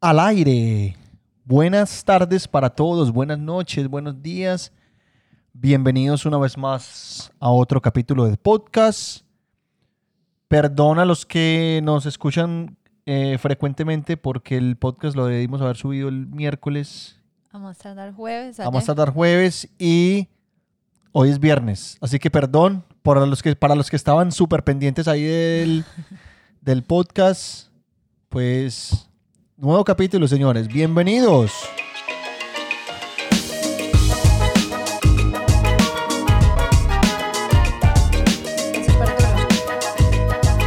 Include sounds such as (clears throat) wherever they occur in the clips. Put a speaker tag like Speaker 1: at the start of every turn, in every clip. Speaker 1: al aire. Buenas tardes para todos, buenas noches, buenos días. Bienvenidos una vez más a otro capítulo del podcast. Perdón a los que nos escuchan eh, frecuentemente porque el podcast lo debimos haber subido el miércoles.
Speaker 2: Vamos a tardar jueves.
Speaker 1: Vamos a
Speaker 2: ayer.
Speaker 1: tardar jueves y hoy es viernes. Así que perdón para los que, para los que estaban súper pendientes ahí del, del podcast. Pues nuevo capítulo, señores. Bienvenidos.
Speaker 2: Súper duro.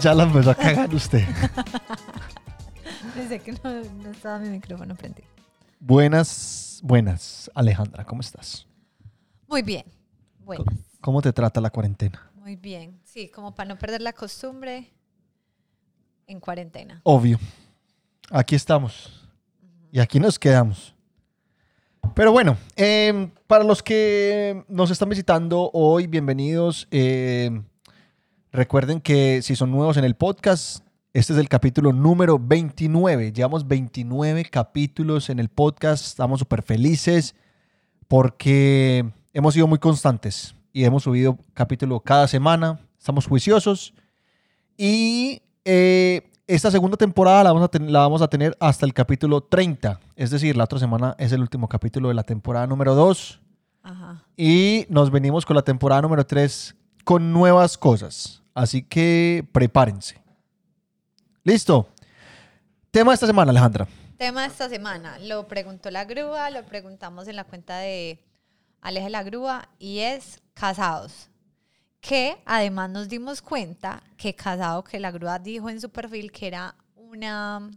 Speaker 1: Ya la empezó a cagar usted.
Speaker 2: Desde que no, no estaba mi micrófono prendido.
Speaker 1: Buenas, buenas. Alejandra, ¿cómo estás?
Speaker 2: Muy bien. Buenas.
Speaker 1: ¿Cómo te trata la cuarentena?
Speaker 2: Muy bien. Sí, como para no perder la costumbre en cuarentena.
Speaker 1: Obvio. Aquí estamos. Y aquí nos quedamos. Pero bueno, eh, para los que nos están visitando hoy, bienvenidos. Eh, recuerden que si son nuevos en el podcast, este es el capítulo número 29. Llevamos 29 capítulos en el podcast. Estamos súper felices porque hemos sido muy constantes y hemos subido capítulo cada semana. Estamos juiciosos. Y eh, esta segunda temporada la vamos, a ten- la vamos a tener hasta el capítulo 30. Es decir, la otra semana es el último capítulo de la temporada número 2.
Speaker 2: Ajá.
Speaker 1: Y nos venimos con la temporada número 3 con nuevas cosas. Así que prepárense. Listo. Tema de esta semana, Alejandra.
Speaker 2: Tema de esta semana. Lo preguntó la grúa, lo preguntamos en la cuenta de Aleja la grúa y es casados. Que además nos dimos cuenta que casado, que la grúa dijo en su perfil que era una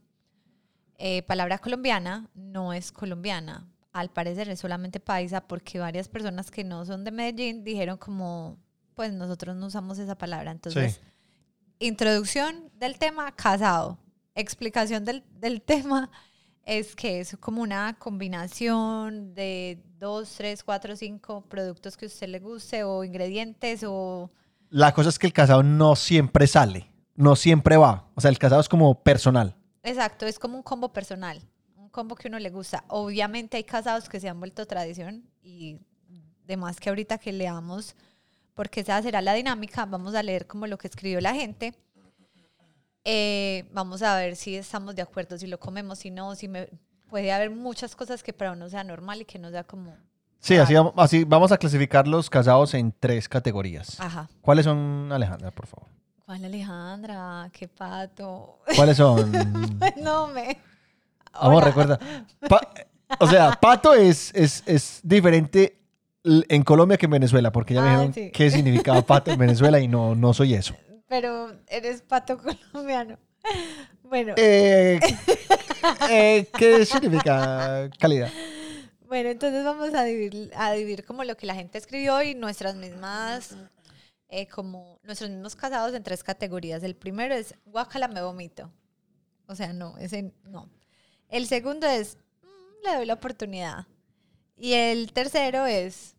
Speaker 2: eh, palabra colombiana no es colombiana. Al parecer es solamente paisa porque varias personas que no son de Medellín dijeron como, pues nosotros no usamos esa palabra. Entonces,
Speaker 1: Sí.
Speaker 2: introducción del tema casado. Explicación del, del (laughs) tema es que es como una combinación de dos, tres, cuatro, cinco productos que a usted le guste o ingredientes o...
Speaker 1: La cosa es que el casado no siempre sale, no siempre va. O sea, el casado es como personal.
Speaker 2: Exacto, es como un combo personal, un combo que uno le gusta. Obviamente hay casados que se han vuelto tradición y demás que ahorita que leamos, porque esa será la dinámica, vamos a leer como lo que escribió la gente. Eh, vamos a ver si estamos de acuerdo, si lo comemos, si no, si me- puede haber muchas cosas que para uno sea normal y que no sea como...
Speaker 1: Sí, así,
Speaker 2: Claro.
Speaker 1: vam- así vamos a clasificar los casados en tres categorías.
Speaker 2: Ajá.
Speaker 1: ¿Cuáles son, Alejandra, por favor?
Speaker 2: ¿Cuál Alejandra? ¡Qué pato! (laughs)
Speaker 1: ¿Cuáles son?
Speaker 2: no me...
Speaker 1: Vamos,
Speaker 2: Hola.
Speaker 1: recuerda. Pa- o sea, pato es, es, es diferente l- en Colombia que en Venezuela, porque ya me
Speaker 2: Ah,
Speaker 1: dijeron
Speaker 2: sí.
Speaker 1: qué significaba pato en Venezuela y no, no soy eso.
Speaker 2: Pero eres pato (laughs) colombiano. Bueno.
Speaker 1: Eh, eh, ¿Qué significa calidad?
Speaker 2: Bueno, entonces vamos a dividir, a dividir como lo que la gente escribió y nuestras mismas, eh, como nuestros mismos casados en tres categorías. El primero es guácala, me vomito. O sea, no, ese no. El segundo es "Mm, le doy la oportunidad. Y el tercero es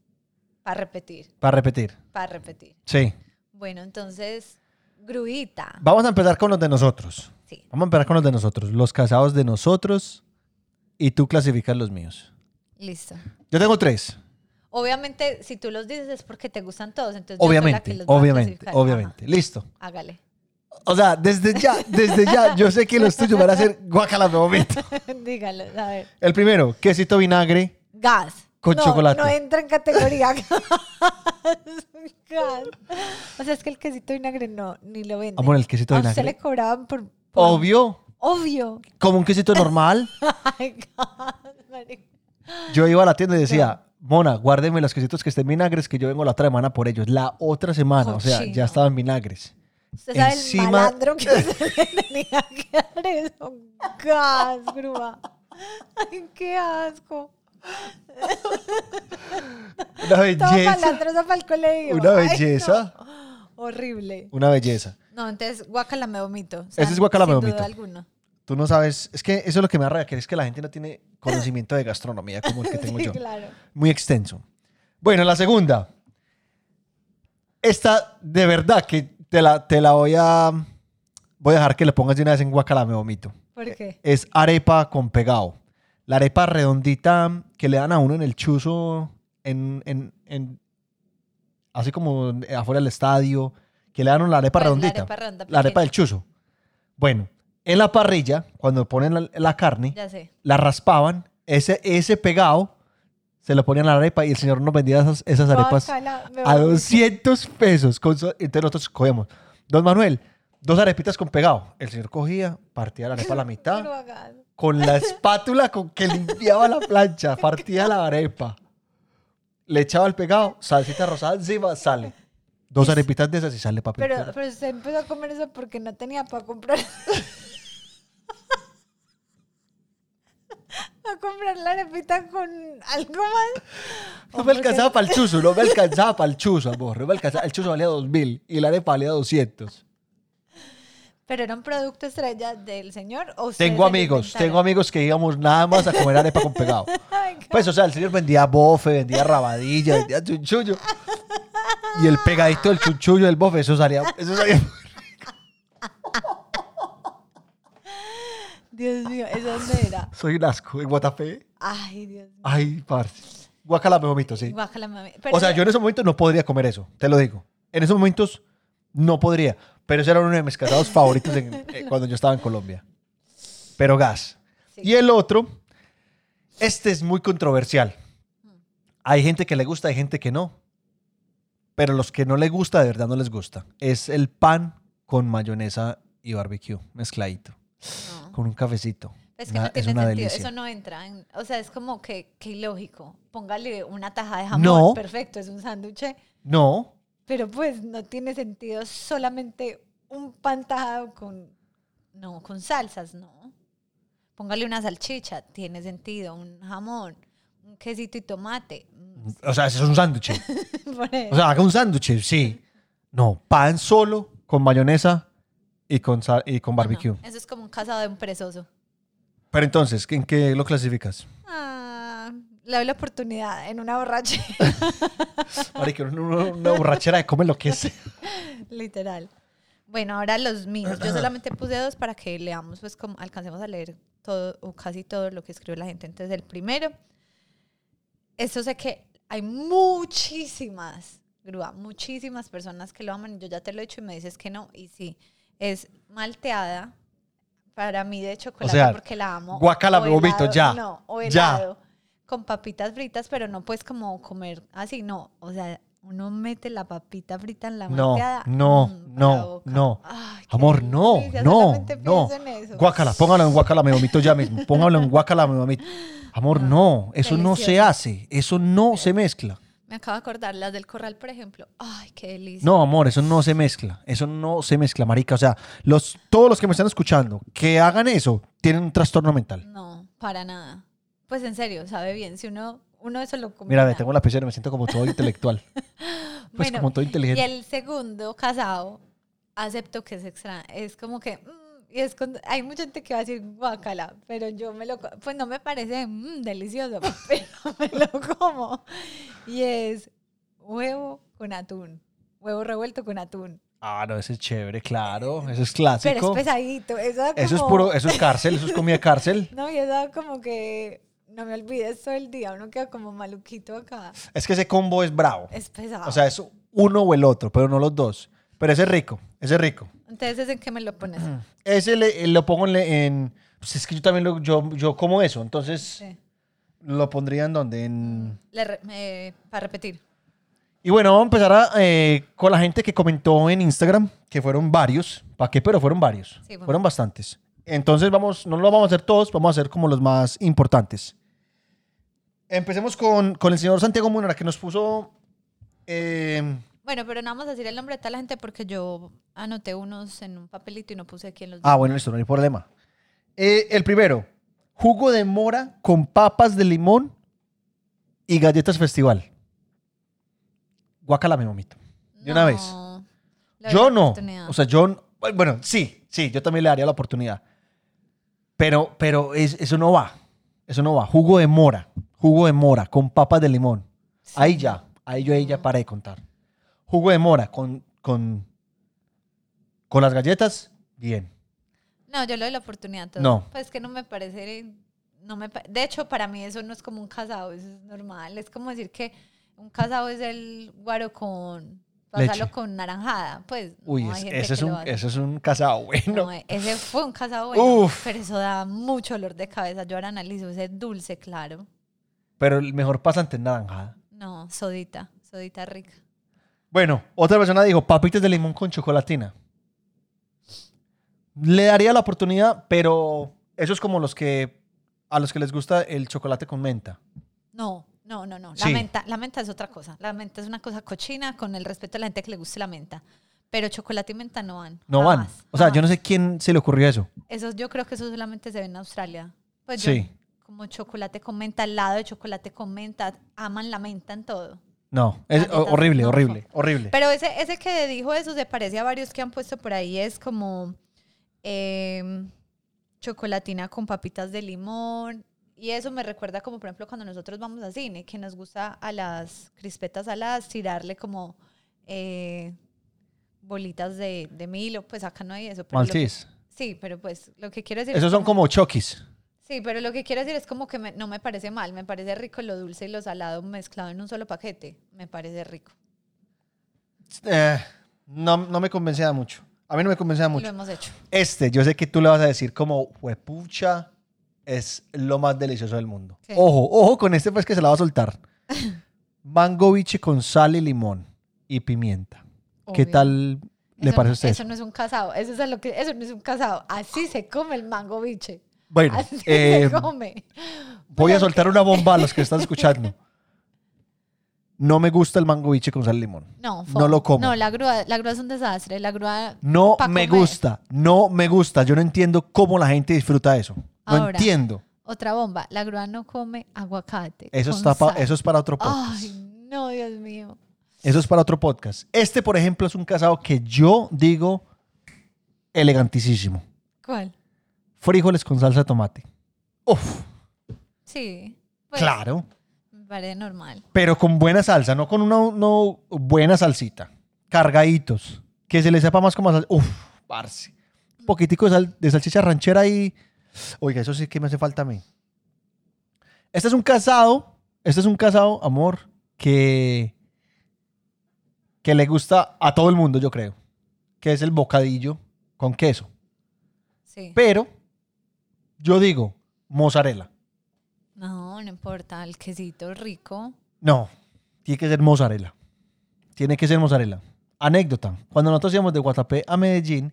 Speaker 2: para repetir,
Speaker 1: Para repetir.
Speaker 2: para repetir.
Speaker 1: Sí.
Speaker 2: Bueno, entonces, gruita.
Speaker 1: Vamos a empezar con los de nosotros.
Speaker 2: Sí.
Speaker 1: Vamos a empezar con los de nosotros. Los casados de nosotros y tú clasificas los míos.
Speaker 2: Listo.
Speaker 1: Yo tengo tres.
Speaker 2: Obviamente, si tú los dices es porque te gustan todos. Entonces, yo soy la que
Speaker 1: Obviamente,
Speaker 2: los va a
Speaker 1: obviamente,
Speaker 2: clasificar. Ajá,
Speaker 1: obviamente. Listo.
Speaker 2: hágale.
Speaker 1: O sea, desde ya, desde ya, yo sé que los tuyos van a ser guacala de momento.
Speaker 2: (laughs) Dígalo, a ver.
Speaker 1: El primero, quesito vinagre.
Speaker 2: Gas.
Speaker 1: Con
Speaker 2: no,
Speaker 1: chocolate.
Speaker 2: No entra en categoría (laughs) gas. Gas. O sea, es que el quesito vinagre no, ni lo venden.
Speaker 1: Amor, el quesito
Speaker 2: A
Speaker 1: vinagre. Oh.
Speaker 2: usted le cobraban por... por-
Speaker 1: Obvio,
Speaker 2: Obvio. (laughs)
Speaker 1: como un quesito normal.
Speaker 2: Ay, gas, marica.
Speaker 1: Yo iba a la tienda y decía, Mona, guárdeme los quesitos que estén vinagres, que yo vengo la otra semana por ellos. La otra semana, o sea,
Speaker 2: Cochino.
Speaker 1: ya estaban
Speaker 2: (laughs)
Speaker 1: vinagres.
Speaker 2: Usted sabe
Speaker 1: Encima-
Speaker 2: el malandro que usted le tenía que dar eso. Gas, grúa. Ay, qué asco.
Speaker 1: Una
Speaker 2: Todo
Speaker 1: belleza.
Speaker 2: malandro para el colegio.
Speaker 1: Una
Speaker 2: Ay, no.
Speaker 1: belleza.
Speaker 2: Horrible.
Speaker 1: Una belleza.
Speaker 2: No, entonces, guacala me vomito. O
Speaker 1: Ese es guácala, me
Speaker 2: sin
Speaker 1: vomito.
Speaker 2: duda alguna.
Speaker 1: Tú no sabes, es que eso es lo que me arrega, que es que la gente no tiene conocimiento de gastronomía como el que tengo
Speaker 2: (laughs) Sí,
Speaker 1: yo.
Speaker 2: claro.
Speaker 1: Muy extenso. Bueno, la segunda. Esta, de verdad, que te la, te la voy a Voy a dejar que le pongas de una vez en guacala, me vomito.
Speaker 2: ¿Por qué?
Speaker 1: Es arepa con pegado. La arepa redondita que le dan a uno en el chuzo, en, en- en- así como afuera del estadio, que le dan a uno la arepa
Speaker 2: Pues,
Speaker 1: redondita.
Speaker 2: La arepa redonda.
Speaker 1: La arepa del
Speaker 2: pequeña.
Speaker 1: chuzo. Bueno, en la parrilla, cuando ponen la, la carne,
Speaker 2: Ya sé.
Speaker 1: la raspaban, ese, ese pegado se lo ponían a la arepa y el señor nos vendía esas, esas arepas
Speaker 2: Guácala, me
Speaker 1: a
Speaker 2: vomito.
Speaker 1: 200 pesos. con so- entonces nosotros cogíamos, don Manuel, dos arepitas con pegado. El señor cogía, partía la arepa a la
Speaker 2: (laughs) No lo
Speaker 1: mitad,
Speaker 2: hagas.
Speaker 1: con la espátula con que limpiaba la
Speaker 2: (laughs)
Speaker 1: plancha, partía la arepa, le echaba el pegado, salsita rosada encima, sale. Dos arepitas de esas y sale papi.
Speaker 2: Pero, pero se empezó a comer eso porque no tenía para comprar. (laughs) a comprar la arepita con algo más.
Speaker 1: No
Speaker 2: O
Speaker 1: me
Speaker 2: porque-
Speaker 1: alcanzaba para el chuzo, no me alcanzaba para el chuzo, amor. No me alcanzaba. El chuzo valía 2000 y la arepa valía 200.
Speaker 2: Pero era un producto estrella del señor. ¿o ustedes
Speaker 1: Tengo
Speaker 2: se lo
Speaker 1: amigos,
Speaker 2: inventaron?
Speaker 1: tengo amigos que íbamos nada más a comer arepa con pegado.
Speaker 2: Ay, qué-
Speaker 1: Pues, o sea, el señor vendía bofe, vendía rabadilla, vendía chunchullo. Y el pegadito del chunchullo del bofe, eso salía. Eso salía. (laughs)
Speaker 2: Dios mío, ¿es dónde era?
Speaker 1: Soy un asco. En Guatapé.
Speaker 2: Ay, Dios mío.
Speaker 1: Ay, parce. Guacala, me vomito, sí.
Speaker 2: Guácala, mami. Pero
Speaker 1: O sea, yo en esos momentos no podría comer eso, te lo digo. En esos momentos no podría. Pero ese era uno de mis casados favoritos en- eh, cuando yo estaba en Colombia. Pero gas.
Speaker 2: Sí.
Speaker 1: Y el otro, este es muy controversial. Hay gente que le gusta, hay gente que no. Pero los que no le gusta, de verdad no les gusta. Es el pan con mayonesa y barbecue mezcladito.
Speaker 2: No.
Speaker 1: Con un cafecito.
Speaker 2: Es que
Speaker 1: Una-
Speaker 2: no tiene
Speaker 1: una
Speaker 2: sentido,
Speaker 1: delicia.
Speaker 2: eso no entra. en- o sea, es como que, que ilógico. Póngale una taja de jamón,
Speaker 1: No.
Speaker 2: perfecto, es un sándwich,
Speaker 1: No,
Speaker 2: pero pues no tiene sentido solamente un pan tajado con, no, con salsas, no. Póngale una salchicha, tiene sentido, un jamón, un quesito y tomate. (laughs) mm,
Speaker 1: o sea, eso es un sándwich.
Speaker 2: por eso.
Speaker 1: O sea, haga un sándwich, sí. No, pan solo con mayonesa y con, sa- y con
Speaker 2: No, no,
Speaker 1: barbecue.
Speaker 2: eso es como un casado de un perezoso.
Speaker 1: Pero entonces, ¿en qué lo clasificas?
Speaker 2: Ah, le doy la oportunidad en una borracha,
Speaker 1: Marica, una, una- una borrachera de comer lo que sea.
Speaker 2: Literal. Bueno, ahora los
Speaker 1: (clears throat)
Speaker 2: míos. Yo solamente puse dos para que leamos, pues como alcancemos a leer todo o casi todo lo que escribió la gente. Entonces, el primero, eso sé que hay muchísimas, grúa, muchísimas personas que lo aman. Yo ya te lo he dicho y me dices que no. Y sí, es malteada para mí de chocolate
Speaker 1: sea,
Speaker 2: porque la amo.
Speaker 1: guácala,
Speaker 2: O
Speaker 1: me vomito,
Speaker 2: helado-
Speaker 1: ya,
Speaker 2: No, o
Speaker 1: ya.
Speaker 2: helado con papitas fritas, pero no puedes como comer así, no. O sea, uno mete la papita frita en la
Speaker 1: No,
Speaker 2: malteada.
Speaker 1: no,
Speaker 2: mm,
Speaker 1: no,
Speaker 2: para la boca.
Speaker 1: no.
Speaker 2: Ay, qué
Speaker 1: Amor, no,
Speaker 2: delicia,
Speaker 1: no,
Speaker 2: solamente
Speaker 1: no.
Speaker 2: pienso en eso.
Speaker 1: Guácala, póngalo en guácala, me vomito ya mismo. Póngalo en guácala, me vomito. Amor, no, eso no se
Speaker 2: Delicioso.
Speaker 1: hace, eso no se mezcla.
Speaker 2: Me acabo de acordar, las del corral, por ejemplo. Ay, qué delicia.
Speaker 1: No, amor, eso no se mezcla, eso no se mezcla, marica. O sea, los, todos los que me están escuchando que hagan eso tienen un trastorno mental.
Speaker 2: No, para nada. Pues en serio, sabe bien. Si uno, uno eso lo come.
Speaker 1: Mira, me tengo la pecera, me siento como todo
Speaker 2: (laughs)
Speaker 1: intelectual. Pues
Speaker 2: Bueno,
Speaker 1: como todo inteligente.
Speaker 2: Y el segundo, casado, acepto que es extraño. Es como que. mm, y es con- hay mucha gente que va a decir guacala, pero yo me lo. co- Pues no me parece mm, delicioso, (laughs) pero me lo como. Y es huevo con atún. Huevo revuelto con atún.
Speaker 1: Ah, no, ese es chévere, claro. Eso es clásico.
Speaker 2: Pero es pesadito. Eso, da
Speaker 1: eso es
Speaker 2: como-
Speaker 1: puro, eso es cárcel, eso es comida de cárcel.
Speaker 2: No, y eso da como que. No me olvides todo el día. Uno queda como maluquito acá.
Speaker 1: Es que ese combo es bravo.
Speaker 2: Es pesado.
Speaker 1: O sea, es uno o el otro, pero no los dos. Pero ese es rico, ese es rico.
Speaker 2: Entonces, ¿en qué me lo pones?
Speaker 1: Mm. Ese le- eh, lo pongo en, en- pues es que yo también lo, yo, yo como eso, entonces
Speaker 2: Sí.
Speaker 1: lo pondría en donde. En...
Speaker 2: Le re- me- para repetir.
Speaker 1: Y bueno, vamos a empezar a, eh, con la gente que comentó en Instagram, que fueron varios. ¿Para qué? Pero fueron varios.
Speaker 2: Sí, bueno.
Speaker 1: Fueron bastantes. Entonces, vamos, no lo vamos a hacer todos, vamos a hacer como los más importantes. Empecemos con, con el señor Santiago Munera, que nos puso. eh,
Speaker 2: Bueno, pero no vamos a decir el nombre de toda la gente porque yo anoté unos en un papelito y no puse quién los
Speaker 1: ah, bueno, listo, no hay problema. Eh, el primero, jugo de mora con papas de limón y galletas festival. Guacala, mi mamito. de una vez.
Speaker 2: No, le doy
Speaker 1: Yo
Speaker 2: la
Speaker 1: no.
Speaker 2: oportunidad.
Speaker 1: O sea, yo. n- Bueno, sí, sí, yo también le daría la oportunidad. Pero, pero es- eso no va. Eso no va. Jugo de mora. Jugo de mora con papas de limón. Ahí ya. Ahí yo ahí ya paré de contar. Jugo de mora con, con, con las galletas. Bien.
Speaker 2: No, yo lo de la oportunidad. Todo.
Speaker 1: No.
Speaker 2: Pues que no me parece. No me, pa- de hecho, para mí eso no es como un casado, eso es normal. Es como decir que un casado es el guaro con. Pasarlo
Speaker 1: Leche.
Speaker 2: con naranjada. Pues. no,
Speaker 1: Uy,
Speaker 2: hay
Speaker 1: es-
Speaker 2: gente
Speaker 1: ese, es
Speaker 2: que lo
Speaker 1: un,
Speaker 2: hace.
Speaker 1: ese es un casado (laughs)
Speaker 2: No,
Speaker 1: bueno.
Speaker 2: eh, ese fue un casado bueno,
Speaker 1: Uf.
Speaker 2: pero eso da mucho olor de cabeza. Yo ahora analizo ese dulce, claro.
Speaker 1: Pero el mejor pasante es naranjada.
Speaker 2: No, sodita, sodita rica.
Speaker 1: Bueno, otra persona dijo papitas de limón con chocolatina. Le daría la oportunidad, pero eso es como los que a los que les gusta el chocolate con menta.
Speaker 2: No, no, no, no. La,
Speaker 1: Sí.
Speaker 2: menta, la menta es otra cosa. La menta es una cosa cochina con el respeto a la gente que le guste la menta. Pero chocolate y menta no van.
Speaker 1: No van.
Speaker 2: jamás,
Speaker 1: O sea, yo no
Speaker 2: jamás.
Speaker 1: sé quién se le ocurrió eso.
Speaker 2: Eso, yo creo que eso solamente se ve en Australia. Pues
Speaker 1: Sí.
Speaker 2: yo, como chocolate con menta, al lado de chocolate con menta, aman la menta en todo.
Speaker 1: No, es
Speaker 2: Galletas
Speaker 1: horrible,
Speaker 2: Nerf.
Speaker 1: horrible, horrible.
Speaker 2: Pero ese, ese que dijo eso se parece a varios que han puesto por ahí. Es como em, chocolatina con papitas de limón. Y eso me recuerda como, por ejemplo, cuando nosotros vamos a cine, que nos gusta a las crispetas saladas tirarle como eh, bolitas de, de milo. Pues acá no hay eso. Pero lo que-
Speaker 1: Maltese.
Speaker 2: sí, pero pues lo que quiero decir... es
Speaker 1: Esos son como chokis.
Speaker 2: Sí, pero lo que quiero decir es como que me- no me parece mal. Me parece rico lo dulce y lo salado mezclado en un solo paquete. Me parece rico.
Speaker 1: Eh, no, no me convencía mucho. A mí no me convencía
Speaker 2: Y lo
Speaker 1: mucho.
Speaker 2: hemos hecho.
Speaker 1: Este, yo sé que tú le vas a decir como, huepucha, es lo más delicioso del mundo.
Speaker 2: ¿Qué?
Speaker 1: Ojo, ojo con este pues que se la va a
Speaker 2: (laughs)
Speaker 1: soltar. Mango biche con sal y limón y pimienta. ¿Qué
Speaker 2: Obvio.
Speaker 1: tal le
Speaker 2: Eso
Speaker 1: parece a
Speaker 2: no-
Speaker 1: usted?
Speaker 2: Eso no es un casado. Eso, es a lo que, eso no es un casado. Así se come el mango biche.
Speaker 1: Bueno,
Speaker 2: Así (laughs)
Speaker 1: eh,
Speaker 2: se
Speaker 1: voy
Speaker 2: come.
Speaker 1: a
Speaker 2: Ah, Bueno,
Speaker 1: soltar una bomba a los que están
Speaker 2: (laughs)
Speaker 1: escuchando. No me gusta el mango biche con sal y limón.
Speaker 2: No,
Speaker 1: no lo como. Mm.
Speaker 2: No, la grúa, la grúa es un desastre. La grúa.
Speaker 1: No
Speaker 2: pa'
Speaker 1: me
Speaker 2: comer.
Speaker 1: gusta, no me gusta. Yo no entiendo cómo la gente disfruta eso. No
Speaker 2: Ahora.
Speaker 1: entiendo.
Speaker 2: Otra bomba. La grúa no come aguacate.
Speaker 1: Eso,
Speaker 2: con
Speaker 1: está pa-
Speaker 2: sal.
Speaker 1: eso es para otro podcast.
Speaker 2: Ay, no, Dios mío.
Speaker 1: Eso es para otro podcast. Este, por ejemplo, es un casado que yo digo elegantísimo.
Speaker 2: ¿Cuál?
Speaker 1: Frijoles con salsa de tomate. Uf,
Speaker 2: Sí. pues,
Speaker 1: claro.
Speaker 2: Me parece normal.
Speaker 1: Pero con buena salsa, no con una no buena salsita. Cargaditos. Que se le sepa más como salsa. Uf, parce. Un poquitico de, sal- de salchicha ranchera y... Oiga, eso sí que me hace falta a mí. Este es un casado. Este es un casado, amor, que... Que le gusta a todo el mundo, yo creo. Que es el bocadillo con queso.
Speaker 2: Sí.
Speaker 1: Pero, yo digo, mozzarella.
Speaker 2: No, no importa. El quesito rico. (laughs)
Speaker 1: No, tiene que ser mozzarella. Tiene que ser mozzarella. Anécdota. Cuando nosotros íbamos de Guatapé a Medellín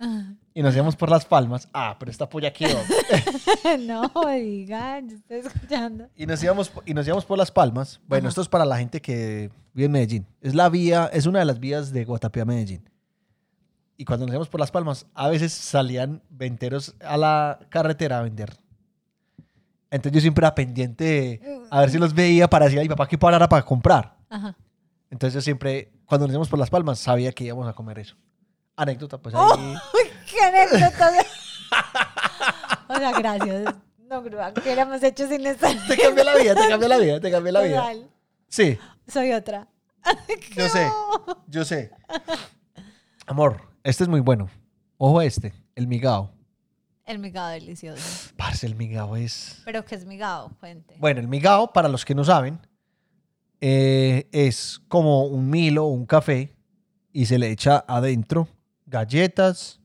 Speaker 1: y nos íbamos por Las Palmas, ah, pero esta polla aquí. ¿no?
Speaker 2: no, digan. Yo estoy escuchando.
Speaker 1: y, nos íbamos, po- y nos íbamos por Las Palmas. Bueno,
Speaker 2: Ajá.
Speaker 1: esto es para la gente que vive en Medellín. Es la vía, es una de las vías de Guatapé a Medellín. Y cuando nos íbamos por Las Palmas, a veces salían venteros a la carretera a vender. Entonces yo siempre era pendiente de- a ver si los veía para decirle a mi papá que parara para comprar.
Speaker 2: Ajá.
Speaker 1: Entonces yo siempre, cuando nos íbamos por Las Palmas, sabía que íbamos a comer eso. Anécdota, pues ahí.
Speaker 2: ¡Qué anécdota! (laughs) o sea, gracias. No, grúa, ¿qué hubiéramos hecho
Speaker 1: (laughs)
Speaker 2: sin esta?
Speaker 1: Te cambió la vida, te cambió la vida, te cambió la vida.
Speaker 2: Total,
Speaker 1: Sí,
Speaker 2: Soy otra.
Speaker 1: yo sé, yo sé. Amor, este es muy bueno. Ojo a este, el migao.
Speaker 2: El migao delicioso.
Speaker 1: Parce, el migao es...
Speaker 2: ¿Pero qué es migao? Cuente.
Speaker 1: Bueno, el migao, para los que no saben, eh, es como un milo, un café, y se le echa adentro galletas.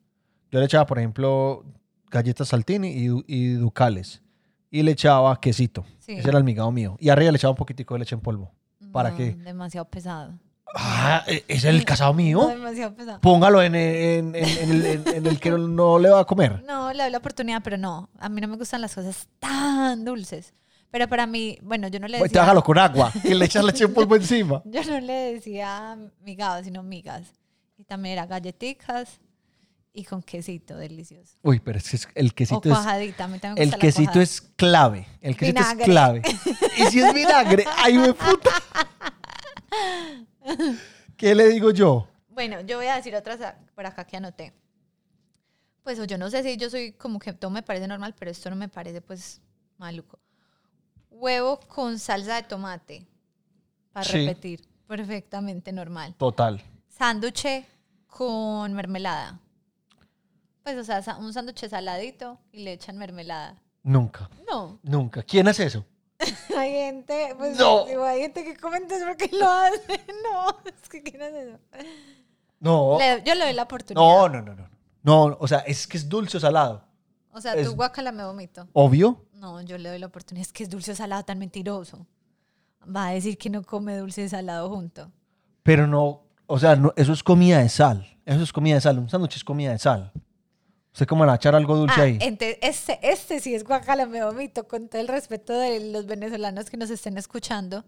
Speaker 1: Yo le echaba, por ejemplo, galletas saltini y, du- y ducales. Y le echaba quesito.
Speaker 2: Sí.
Speaker 1: Ese era el migao mío. Y arriba le echaba un poquitico de leche en polvo. ¿para
Speaker 2: No,
Speaker 1: qué?
Speaker 2: Demasiado pesado.
Speaker 1: Ah, e- ese es el casado
Speaker 2: No,
Speaker 1: mío.
Speaker 2: demasiado pesado.
Speaker 1: Póngalo en, en- en- en el, en- en el que no le va a comer.
Speaker 2: No, le doy la oportunidad, pero no. A mí no me gustan las cosas tan dulces. Pero para mí, bueno, yo no le
Speaker 1: Pues
Speaker 2: decía...
Speaker 1: hágalo con agua y le echas leche en polvo encima.
Speaker 2: (laughs) Yo no le decía migao, sino migas. Y también era galletitas y con quesito delicioso.
Speaker 1: Uy, pero es que es- el
Speaker 2: O
Speaker 1: quesito es
Speaker 2: cuajadita, a mí también me gusta
Speaker 1: El
Speaker 2: la
Speaker 1: quesito
Speaker 2: cuajada.
Speaker 1: es clave. El quesito
Speaker 2: Vinagre.
Speaker 1: es clave. Y si es vinagre, ay, me puta. ¿Qué le digo yo?
Speaker 2: Bueno, yo voy a decir otras a- por acá que anoté. Pues o yo no sé si yo soy como que todo me parece normal, pero esto no me parece pues maluco. Huevo con salsa de tomate. Para
Speaker 1: Sí.
Speaker 2: repetir, perfectamente normal.
Speaker 1: Total.
Speaker 2: Sándwich con mermelada. Pues, o sea, sa- un sándwich saladito y le echan mermelada.
Speaker 1: Nunca,
Speaker 2: No. (laughs)
Speaker 1: nunca. ¿Quién hace eso?
Speaker 2: Hay gente, pues,
Speaker 1: No.
Speaker 2: digo, hay gente que comenta porque lo hace. (laughs) No, es que ¿quién hace eso?
Speaker 1: No,
Speaker 2: Le- yo le doy la oportunidad.
Speaker 1: no, no, no, no. No, o sea, es que es dulce o salado.
Speaker 2: O sea,
Speaker 1: Es-
Speaker 2: tú guacala me vomito.
Speaker 1: Obvio.
Speaker 2: No, yo le doy la oportunidad. Es que es dulce o salado tan mentiroso. Va a decir que no come dulce y salado junto.
Speaker 1: Pero no, o sea, no- eso es comida de sal. Eso es comida de sal. Un sándwich es comida de sal. Usted como le va a echar algo dulce
Speaker 2: Ah,
Speaker 1: ahí.
Speaker 2: ente- este, este sí es guacala me vomito, con todo el respeto de los venezolanos que nos estén escuchando.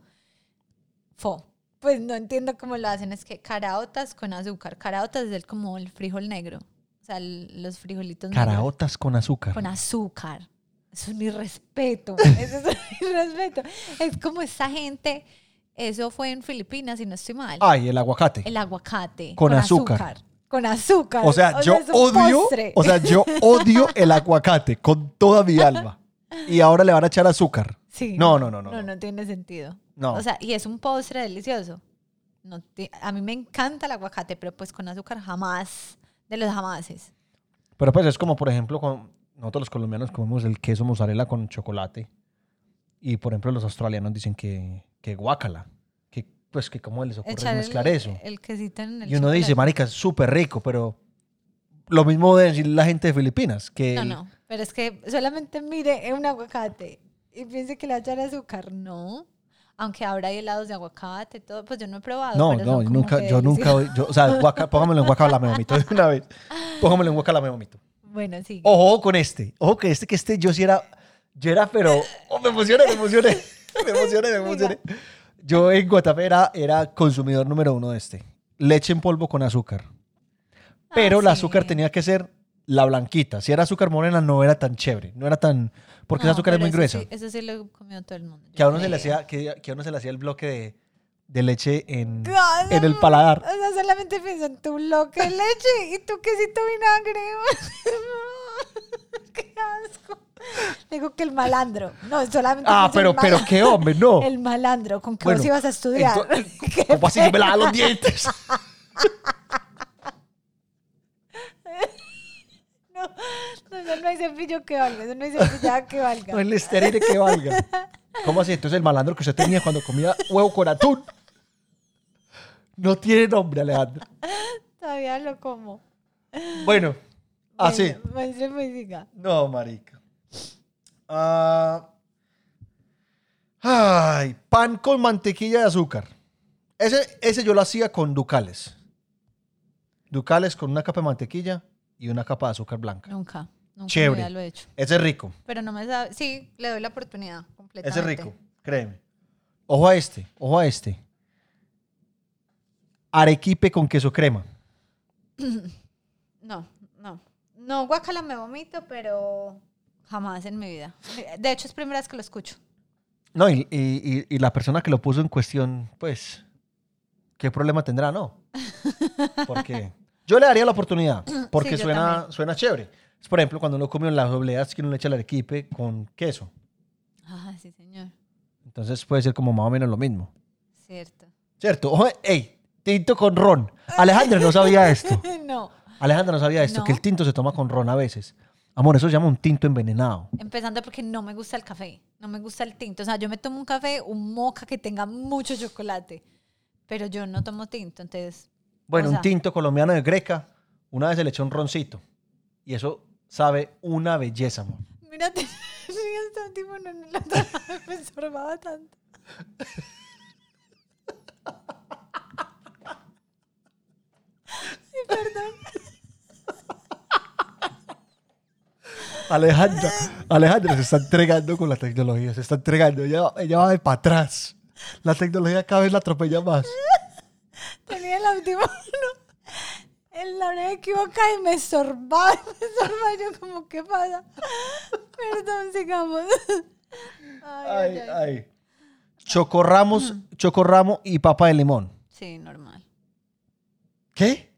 Speaker 2: Fo. Pues no entiendo cómo lo hacen, es que caraotas con azúcar. Caraotas es el- como el frijol negro. O sea, el- los frijolitos negros
Speaker 1: Caraotas con azúcar.
Speaker 2: con azúcar. Eso es mi
Speaker 1: (laughs)
Speaker 2: respeto. Eso es mi respeto. Es como esa gente, eso fue en Filipinas, si no estoy mal.
Speaker 1: Ay, el aguacate.
Speaker 2: El aguacate.
Speaker 1: Ah. Con azúcar.
Speaker 2: Con azúcar.
Speaker 1: O sea, yo
Speaker 2: es un
Speaker 1: odio,
Speaker 2: postre.
Speaker 1: o sea, yo odio el aguacate con toda mi alma. Y ahora le van a echar azúcar.
Speaker 2: (laughs) Sí.
Speaker 1: No, no, no, no,
Speaker 2: No,
Speaker 1: no.
Speaker 2: no tiene sentido.
Speaker 1: No.
Speaker 2: O sea, y es un postre delicioso. No ti- a mí me encanta el aguacate, pero pues con azúcar jamás, de los jamases.
Speaker 1: Pero pues es como, por ejemplo, con, nosotros los colombianos comemos el queso mozzarella con chocolate. Y por ejemplo, los australianos dicen que, que guácala. Que, pues que cómo les ocurre
Speaker 2: Echar el-
Speaker 1: mezclar eso.
Speaker 2: El quesito en el
Speaker 1: Y uno dice,
Speaker 2: chocolate.
Speaker 1: marica, es súper rico, pero lo mismo de decir la gente de Filipinas, que
Speaker 2: No,
Speaker 1: el-
Speaker 2: no, pero es que solamente mire un aguacate y piense que le va a echar azúcar. No, aunque ahora hay helados de aguacate, todo, pues yo no he probado.
Speaker 1: no,
Speaker 2: pero
Speaker 1: no,
Speaker 2: son
Speaker 1: yo
Speaker 2: como
Speaker 1: nunca,
Speaker 2: que
Speaker 1: yo nunca,
Speaker 2: deliciosos.
Speaker 1: yo- o sea, guaca- póngamelo en guacala, me vomito de una vez. Póngamelo en guacala, me vomito.
Speaker 2: (laughs) Bueno, sí.
Speaker 1: Ojo con este, ojo que este, que este yo sí era, yo era, pero, oh, me emocioné, me emocioné, (laughs) me emocioné, me emocioné. Yo en Guatapé era, era consumidor número uno de este, leche en polvo con azúcar. Pero
Speaker 2: Ah,
Speaker 1: el
Speaker 2: sí.
Speaker 1: azúcar tenía que ser la blanquita. Si era azúcar morena no era tan chévere, no era tan, porque el
Speaker 2: No,
Speaker 1: azúcar es
Speaker 2: Ah, pero
Speaker 1: muy
Speaker 2: eso
Speaker 1: gruesa.
Speaker 2: sí- eso sí lo comió todo el mundo. yo
Speaker 1: Que a uno se le
Speaker 2: creo.
Speaker 1: hacía, que, que a uno se le hacía el bloque de, de leche en,
Speaker 2: No,
Speaker 1: en el
Speaker 2: no,
Speaker 1: paladar.
Speaker 2: O sea, solamente pienso en tu bloque de leche y tu quesito (laughs) vinagre. Qué asco. Digo que el malandro. No, solamente.
Speaker 1: Ah, pero,
Speaker 2: pienso en el
Speaker 1: pero
Speaker 2: malandro.
Speaker 1: qué hombre, no.
Speaker 2: El malandro, ¿con qué
Speaker 1: Bueno,
Speaker 2: vos ibas a estudiar?
Speaker 1: Entonces,
Speaker 2: (laughs) Qué
Speaker 1: ¿Cómo así que me lava los dientes?
Speaker 2: (laughs) No, no, eso no hay cepillo que valga, eso no hay cepillada que valga.
Speaker 1: No, el estéril que valga. ¿Cómo así? Entonces el malandro que usted tenía cuando comía huevo con atún. No tiene nombre, Alejandro.
Speaker 2: Todavía lo como.
Speaker 1: Bueno, así.
Speaker 2: Bueno, Maestro me diga.
Speaker 1: No, marica. Ah. ay, pan con mantequilla de azúcar. Ese, ese yo lo hacía con ducales. Ducales con una capa de mantequilla y una capa de azúcar blanca.
Speaker 2: Nunca, nunca en
Speaker 1: Chévere.
Speaker 2: mi vida lo he hecho.
Speaker 1: Ese es rico.
Speaker 2: Pero no me sabe. Sí, le doy la oportunidad completamente.
Speaker 1: Ese es rico, créeme. Ojo a este, ojo a este. Arequipe con queso crema.
Speaker 2: No, no. No, guacala me vomito, pero jamás en mi vida. De hecho, es primera vez que lo escucho.
Speaker 1: No, y, y- y- y la persona que lo puso en cuestión, pues, ¿qué problema tendrá? No. Porque yo le daría la oportunidad, porque
Speaker 2: Sí, yo
Speaker 1: suena,
Speaker 2: también.
Speaker 1: suena chévere. Es, Por ejemplo, cuando uno come en las obleas, que uno le echa el arequipe con queso.
Speaker 2: Ah, sí, señor.
Speaker 1: Entonces puede ser como más o menos lo mismo.
Speaker 2: Cierto.
Speaker 1: ¿Cierto? Ojo, ¡Ey! Tinto con ron. Alejandra no sabía esto.
Speaker 2: (laughs) No.
Speaker 1: Alejandra no sabía esto,
Speaker 2: No.
Speaker 1: que el tinto se toma con ron a veces. Amor, eso se llama un tinto envenenado.
Speaker 2: Empezando porque no me gusta el café, no me gusta el tinto. O sea, yo me tomo un café, un moca que tenga mucho chocolate, pero yo no tomo tinto, entonces...
Speaker 1: Bueno,
Speaker 2: o
Speaker 1: un
Speaker 2: sea,
Speaker 1: tinto colombiano de Greca, una vez se le echó un roncito. Y eso sabe una belleza, amor.
Speaker 2: (laughs) Mírate, este tipo no, no lo- me sorbaba tanto. Sí, perdón.
Speaker 1: Alejandra, Alejandra se está entregando con la tecnología, se está entregando. Ella, ella va de para atrás. La tecnología cada vez la atropella más.
Speaker 2: Tenía la última mano en la oreja equivocada y me sorbaba, me sorbaba. Yo como, ¿qué pasa? Perdón, sigamos. Ay, ay,
Speaker 1: Ay,
Speaker 2: Mm. ay.
Speaker 1: ay. Chocorramos, chocorramo y papa de limón.
Speaker 2: Sí, normal.
Speaker 1: ¿Qué?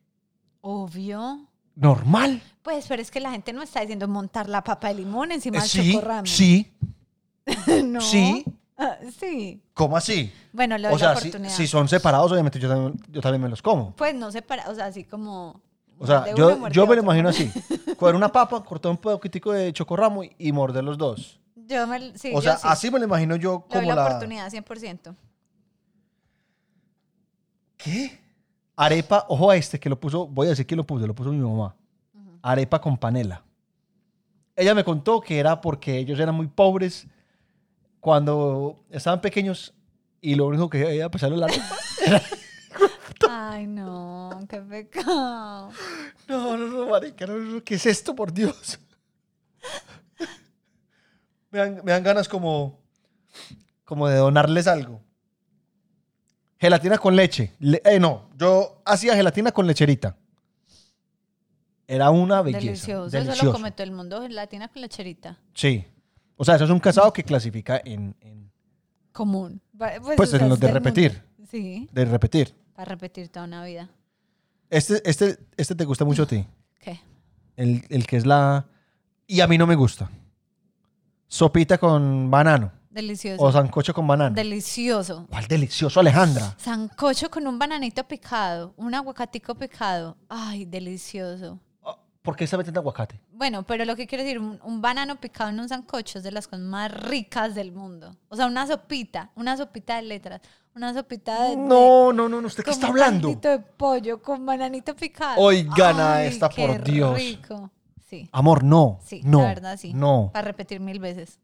Speaker 2: Obvio.
Speaker 1: ¿Normal?
Speaker 2: Pues, pero es que la gente no está diciendo montar la papa de limón encima
Speaker 1: Eh,
Speaker 2: del
Speaker 1: sí,
Speaker 2: chocorramo.
Speaker 1: sí.
Speaker 2: (laughs) No.
Speaker 1: sí.
Speaker 2: Ah, sí.
Speaker 1: ¿Cómo así?
Speaker 2: Bueno, le doy
Speaker 1: O sea,
Speaker 2: la
Speaker 1: si,
Speaker 2: oportunidad.
Speaker 1: si son separados, obviamente yo también, yo también me los como.
Speaker 2: Pues no separa, o sea, así como.
Speaker 1: O sea,
Speaker 2: de uno
Speaker 1: yo,
Speaker 2: muerde
Speaker 1: yo me lo
Speaker 2: otro.
Speaker 1: imagino así. coger una papa, cortar un poquitico de chocorramo y, y morder los dos.
Speaker 2: Yo me, sí,
Speaker 1: o
Speaker 2: yo
Speaker 1: sea,
Speaker 2: sí.
Speaker 1: así me lo imagino yo
Speaker 2: Le doy
Speaker 1: como
Speaker 2: la
Speaker 1: la...
Speaker 2: oportunidad 100%.
Speaker 1: ¿Qué? Arepa, ojo a este que lo puso, voy a decir que lo puso, lo puso mi mamá. Arepa con panela. Ella me contó que era porque ellos eran muy pobres cuando estaban pequeños y lo único que ella pasaba era la arepa.
Speaker 2: Ay, no, qué pecado.
Speaker 1: No, no, no, marica, no, no, ¿qué es esto, por Dios? Me dan, me dan ganas como, como de donarles algo. Gelatina con leche. Le- eh, no, yo hacía gelatina con lecherita. Era una belleza.
Speaker 2: Delicioso. Eso lo
Speaker 1: delicioso.
Speaker 2: come todo el mundo. Gelatina con lecherita.
Speaker 1: Sí. O sea, eso es un casado que clasifica en, en-
Speaker 2: Común. Va-
Speaker 1: Pues
Speaker 2: o sea,
Speaker 1: en los
Speaker 2: es
Speaker 1: de
Speaker 2: del
Speaker 1: repetir,
Speaker 2: mundo. Sí,
Speaker 1: de repetir.
Speaker 2: para repetir toda una vida.
Speaker 1: Este, este, este te gusta mucho a ti.
Speaker 2: ¿Qué?
Speaker 1: El, el que es la... Y a mí no me gusta. Sopita con banano.
Speaker 2: Delicioso.
Speaker 1: O sancocho con banano.
Speaker 2: Delicioso.
Speaker 1: ¿Cuál delicioso, Alejandra?
Speaker 2: Sancocho con un bananito picado, un aguacatico picado. Ay, delicioso.
Speaker 1: ¿Por qué está metiendo aguacate?
Speaker 2: Bueno, pero lo que quiero decir, un, un banano picado en un sancocho es de las cosas más ricas del mundo. O sea, una sopita, una sopita de letras, una sopita de... de-
Speaker 1: No, no, no, no. ¿Usted qué
Speaker 2: con
Speaker 1: está
Speaker 2: un
Speaker 1: hablando?
Speaker 2: caldito de pollo con bananito picado.
Speaker 1: Oigan a
Speaker 2: Ay,
Speaker 1: esta,
Speaker 2: qué
Speaker 1: por Dios.
Speaker 2: rico. Sí,
Speaker 1: Amor, no.
Speaker 2: sí,
Speaker 1: no,
Speaker 2: la verdad sí.
Speaker 1: No.
Speaker 2: Para repetir mil veces.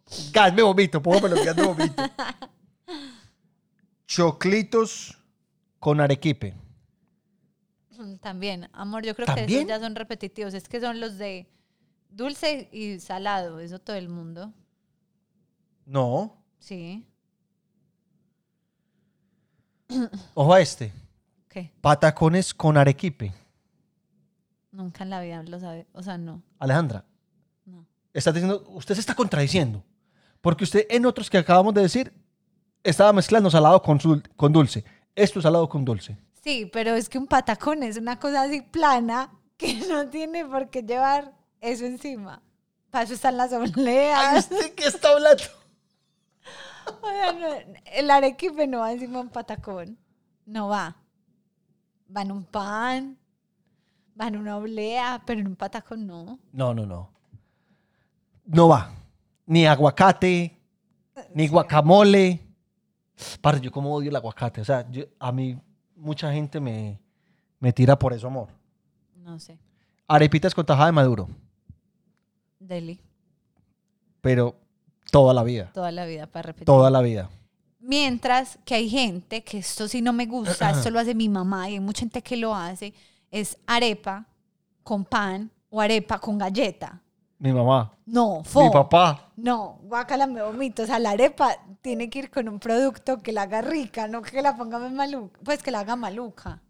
Speaker 2: (clears throat)
Speaker 1: Gas, me vomito, póngame los gas, me vomito. (laughs) Choclitos con arequipe.
Speaker 2: Mm, También, amor, yo creo que
Speaker 1: ¿También?
Speaker 2: esos ya son repetitivos. Es que son los de dulce y salado, eso todo el mundo.
Speaker 1: No.
Speaker 2: Sí.
Speaker 1: Ojo a este.
Speaker 2: ¿Qué?
Speaker 1: Patacones con arequipe.
Speaker 2: Nunca en la vida lo sabe. O sea, no.
Speaker 1: Alejandra,
Speaker 2: no.
Speaker 1: está diciendo, usted se está contradiciendo. Porque usted en otros que acabamos de decir estaba mezclando salado con, sul- con dulce. Esto es salado con dulce.
Speaker 2: Sí, pero es que un patacón es una cosa así plana (laughs) que no tiene por qué llevar eso encima. Para eso están las obleas.
Speaker 1: ¿Usted qué está hablando?
Speaker 2: O sea, Ah, (laughs) no, el arequipe no va encima de un patacón. No va. Va en un pan, va en una oblea, pero en un patacón no.
Speaker 1: No, no, no. No va. Ni aguacate, ni guacamole. Parce, yo como odio el aguacate. O sea, yo- a mí mucha gente me, me tira por eso, amor.
Speaker 2: No sé.
Speaker 1: Arepitas con tajada de maduro,
Speaker 2: Deli,
Speaker 1: pero toda la vida.
Speaker 2: toda la vida para repetir.
Speaker 1: Toda la vida.
Speaker 2: Mientras que hay gente que esto sí no me gusta, esto lo hace mi mamá y hay mucha gente que lo hace, es arepa con pan o arepa con galleta.
Speaker 1: Mi mamá,
Speaker 2: No, fo.
Speaker 1: mi papá.
Speaker 2: No, guácala, me vomito. O sea, la arepa tiene que ir con un producto que la haga rica, no que la ponga maluca. Pues que la haga maluca.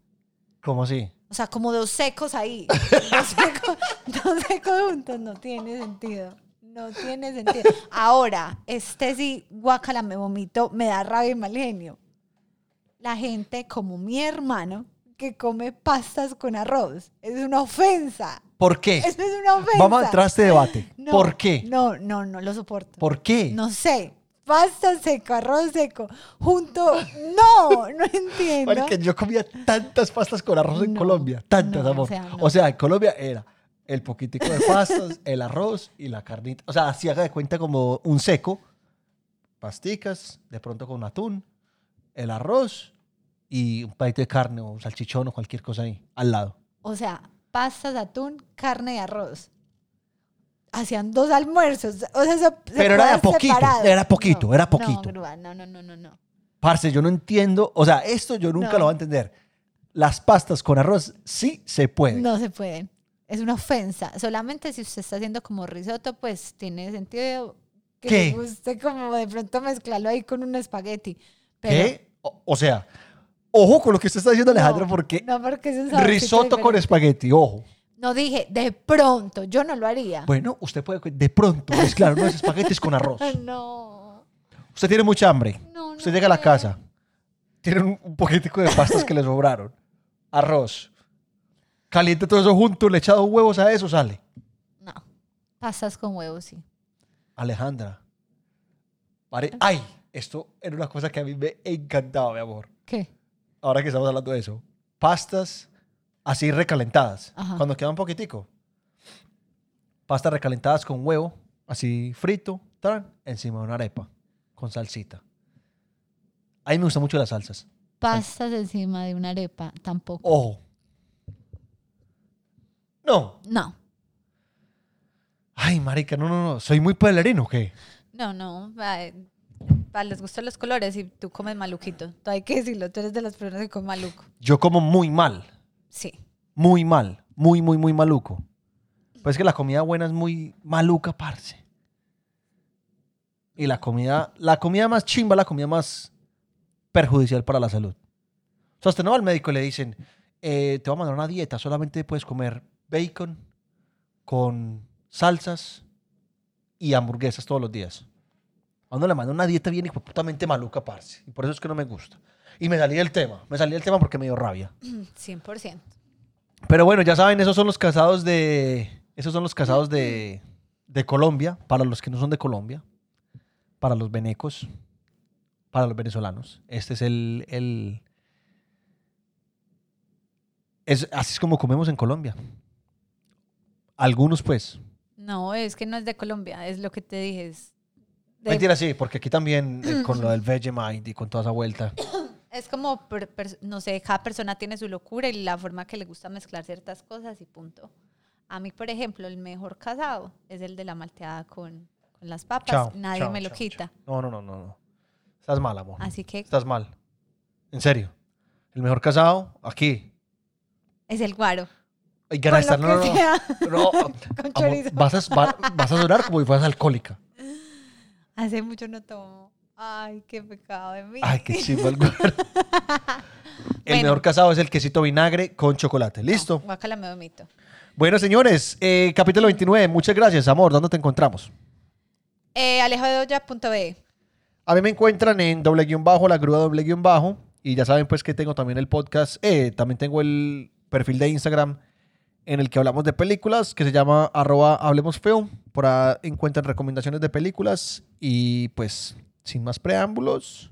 Speaker 1: ¿Cómo así?
Speaker 2: O sea, como dos
Speaker 1: (laughs)
Speaker 2: secos ahí. Dos secos, dos secos juntos. No tiene sentido. No tiene sentido. Ahora, este sí, guácala, me vomito, me da rabia y mal genio. La gente, como mi hermano, que come pastas con arroz. Es una ofensa.
Speaker 1: ¿Por qué?
Speaker 2: Eso es una ofensa.
Speaker 1: Vamos a entrar a este debate.
Speaker 2: No,
Speaker 1: ¿Por qué?
Speaker 2: No, no, no lo soporto.
Speaker 1: ¿Por qué?
Speaker 2: No sé. Pasta seco, arroz seco, junto. No,
Speaker 1: (laughs)
Speaker 2: no entiendo.
Speaker 1: Marica, yo comía tantas pastas con arroz en
Speaker 2: No,
Speaker 1: Colombia, tantas,
Speaker 2: no, o
Speaker 1: amor. O sea,
Speaker 2: sea, no.
Speaker 1: en Colombia era el poquitico de
Speaker 2: (laughs)
Speaker 1: pastas, el arroz y la carnita. O sea, así haga de cuenta como un seco, pasticas, de pronto con atún, el arroz y un palito de carne o un salchichón o cualquier cosa ahí, al lado.
Speaker 2: O sea, pastas, de atún, carne y arroz. Hacían dos almuerzos. O sea, eso se
Speaker 1: Pero era
Speaker 2: puede
Speaker 1: de a
Speaker 2: haber
Speaker 1: poquito,
Speaker 2: separado.
Speaker 1: era poquito,
Speaker 2: No,
Speaker 1: era poquito.
Speaker 2: No, grúa, no, no, no, no, no.
Speaker 1: Parce, yo no entiendo, o sea, esto yo nunca
Speaker 2: No.
Speaker 1: lo voy a entender. Las pastas con arroz sí se pueden.
Speaker 2: No se pueden. Es una ofensa. Solamente si usted está haciendo como risotto, pues tiene sentido que
Speaker 1: ¿Qué?
Speaker 2: le guste como de pronto mezclarlo ahí con un espagueti. Pero
Speaker 1: ¿Qué? O, o sea, ojo con lo que usted está diciendo,
Speaker 2: no,
Speaker 1: Alejandro, porque
Speaker 2: no, porque es un saborcito
Speaker 1: Risotto con
Speaker 2: diferente.
Speaker 1: espagueti, ojo.
Speaker 2: No dije, de pronto, yo no lo haría.
Speaker 1: Bueno, usted puede de pronto pues mezclar unos espaguetis con
Speaker 2: (laughs)
Speaker 1: arroz.
Speaker 2: No.
Speaker 1: Usted tiene mucha hambre.
Speaker 2: No, no
Speaker 1: Usted llega a la
Speaker 2: creo.
Speaker 1: casa, tiene un, un poquitico de pastas que le sobraron, arroz, calienta todo eso junto, le echa dos huevos a eso, sale.
Speaker 2: No. Pastas con huevos, sí.
Speaker 1: Alejandra, pare- ay, esto era una cosa que a mí me encantaba, mi amor.
Speaker 2: ¿Qué?
Speaker 1: Ahora que estamos hablando de eso, pastas así recalentadas,
Speaker 2: Ajá.
Speaker 1: cuando queda un poquitico. Pastas recalentadas con huevo, así frito, tran, encima de una arepa, con salsita. A mí me gustan mucho las salsas.
Speaker 3: Pastas encima de una arepa, tampoco.
Speaker 1: Ojo. No.
Speaker 3: No,
Speaker 1: Ay, marica, no, no, no. Soy muy pelerino, ¿o ¿qué?
Speaker 2: No, no. va- Para les gustan los colores y tú comes maluquito. Tú hay que decirlo. Tú eres de las personas que comen maluco.
Speaker 1: Yo como muy mal.
Speaker 2: Sí.
Speaker 1: Muy mal. Muy, muy, muy maluco. Pues es que la comida buena es muy maluca, parce. Y la comida, la comida más chimba, la comida más perjudicial para la salud. O sea, usted no va al médico y le dicen, eh, te voy a mandar una dieta, solamente puedes comer bacon con salsas y hamburguesas todos los días. A uno le manda una dieta bien y putamente maluca, parce. Y por eso es que no me gusta. Y me salí del tema. Me salí del tema porque me dio rabia.
Speaker 2: 100%.
Speaker 1: Pero bueno, ya saben, esos son los casados de. Esos son los casados de, de Colombia, para los que no son de Colombia, para los venecos, para los venezolanos. Este es el. el- es, así es como comemos en Colombia. Algunos, pues.
Speaker 2: No, es que no es de Colombia. Es lo que te dije. Es, de- Mm.
Speaker 1: Mentira, sí, porque aquí también eh, con lo del Vegemite y con toda esa vuelta.
Speaker 2: es como, per- per- no sé, cada persona tiene su locura y la forma que le gusta mezclar ciertas cosas y punto. A mí, por ejemplo, el mejor casado es el de la malteada con, con las papas.
Speaker 1: Chao.
Speaker 2: Nadie
Speaker 1: chao,
Speaker 2: me lo
Speaker 1: chao,
Speaker 2: quita.
Speaker 1: chao. No, no, no, no, no. Estás mal, amor.
Speaker 2: Así que
Speaker 1: Estás mal. En serio. El mejor casado, aquí.
Speaker 2: es el guaro.
Speaker 1: Ay,
Speaker 2: Con
Speaker 1: gana
Speaker 2: lo
Speaker 1: estar- no, no,
Speaker 2: que
Speaker 1: no.
Speaker 2: sea.
Speaker 1: No,
Speaker 2: Con
Speaker 1: amor,
Speaker 2: chorizo.
Speaker 1: vas, a, va- vas a sonar como si fueras alcohólica.
Speaker 2: (laughs) Hace mucho no tomo. Ay, qué pecado de mí.
Speaker 1: Ay, qué chivo el guaro. (laughs) El
Speaker 2: Bueno.
Speaker 1: mejor casado es el quesito vinagre con chocolate. Listo.
Speaker 2: (laughs) No, guácala, me vomito.
Speaker 1: Bueno, señores, eh, capítulo 29. Muchas gracias, amor. ¿Dónde te encontramos?
Speaker 2: Eh, alejodeolla.be.
Speaker 1: A mí me encuentran en doble guión bajo, la grúa doble guión bajo. Y ya saben, pues, que tengo también el podcast. eh, también tengo el perfil de Instagram en el que hablamos de películas, que se llama arroba hablemos feo. Por ahí encuentran recomendaciones de películas. Y pues, sin más preámbulos,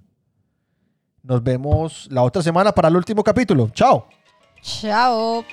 Speaker 1: nos vemos la otra semana para el último capítulo. ¡Chao!
Speaker 2: Chao.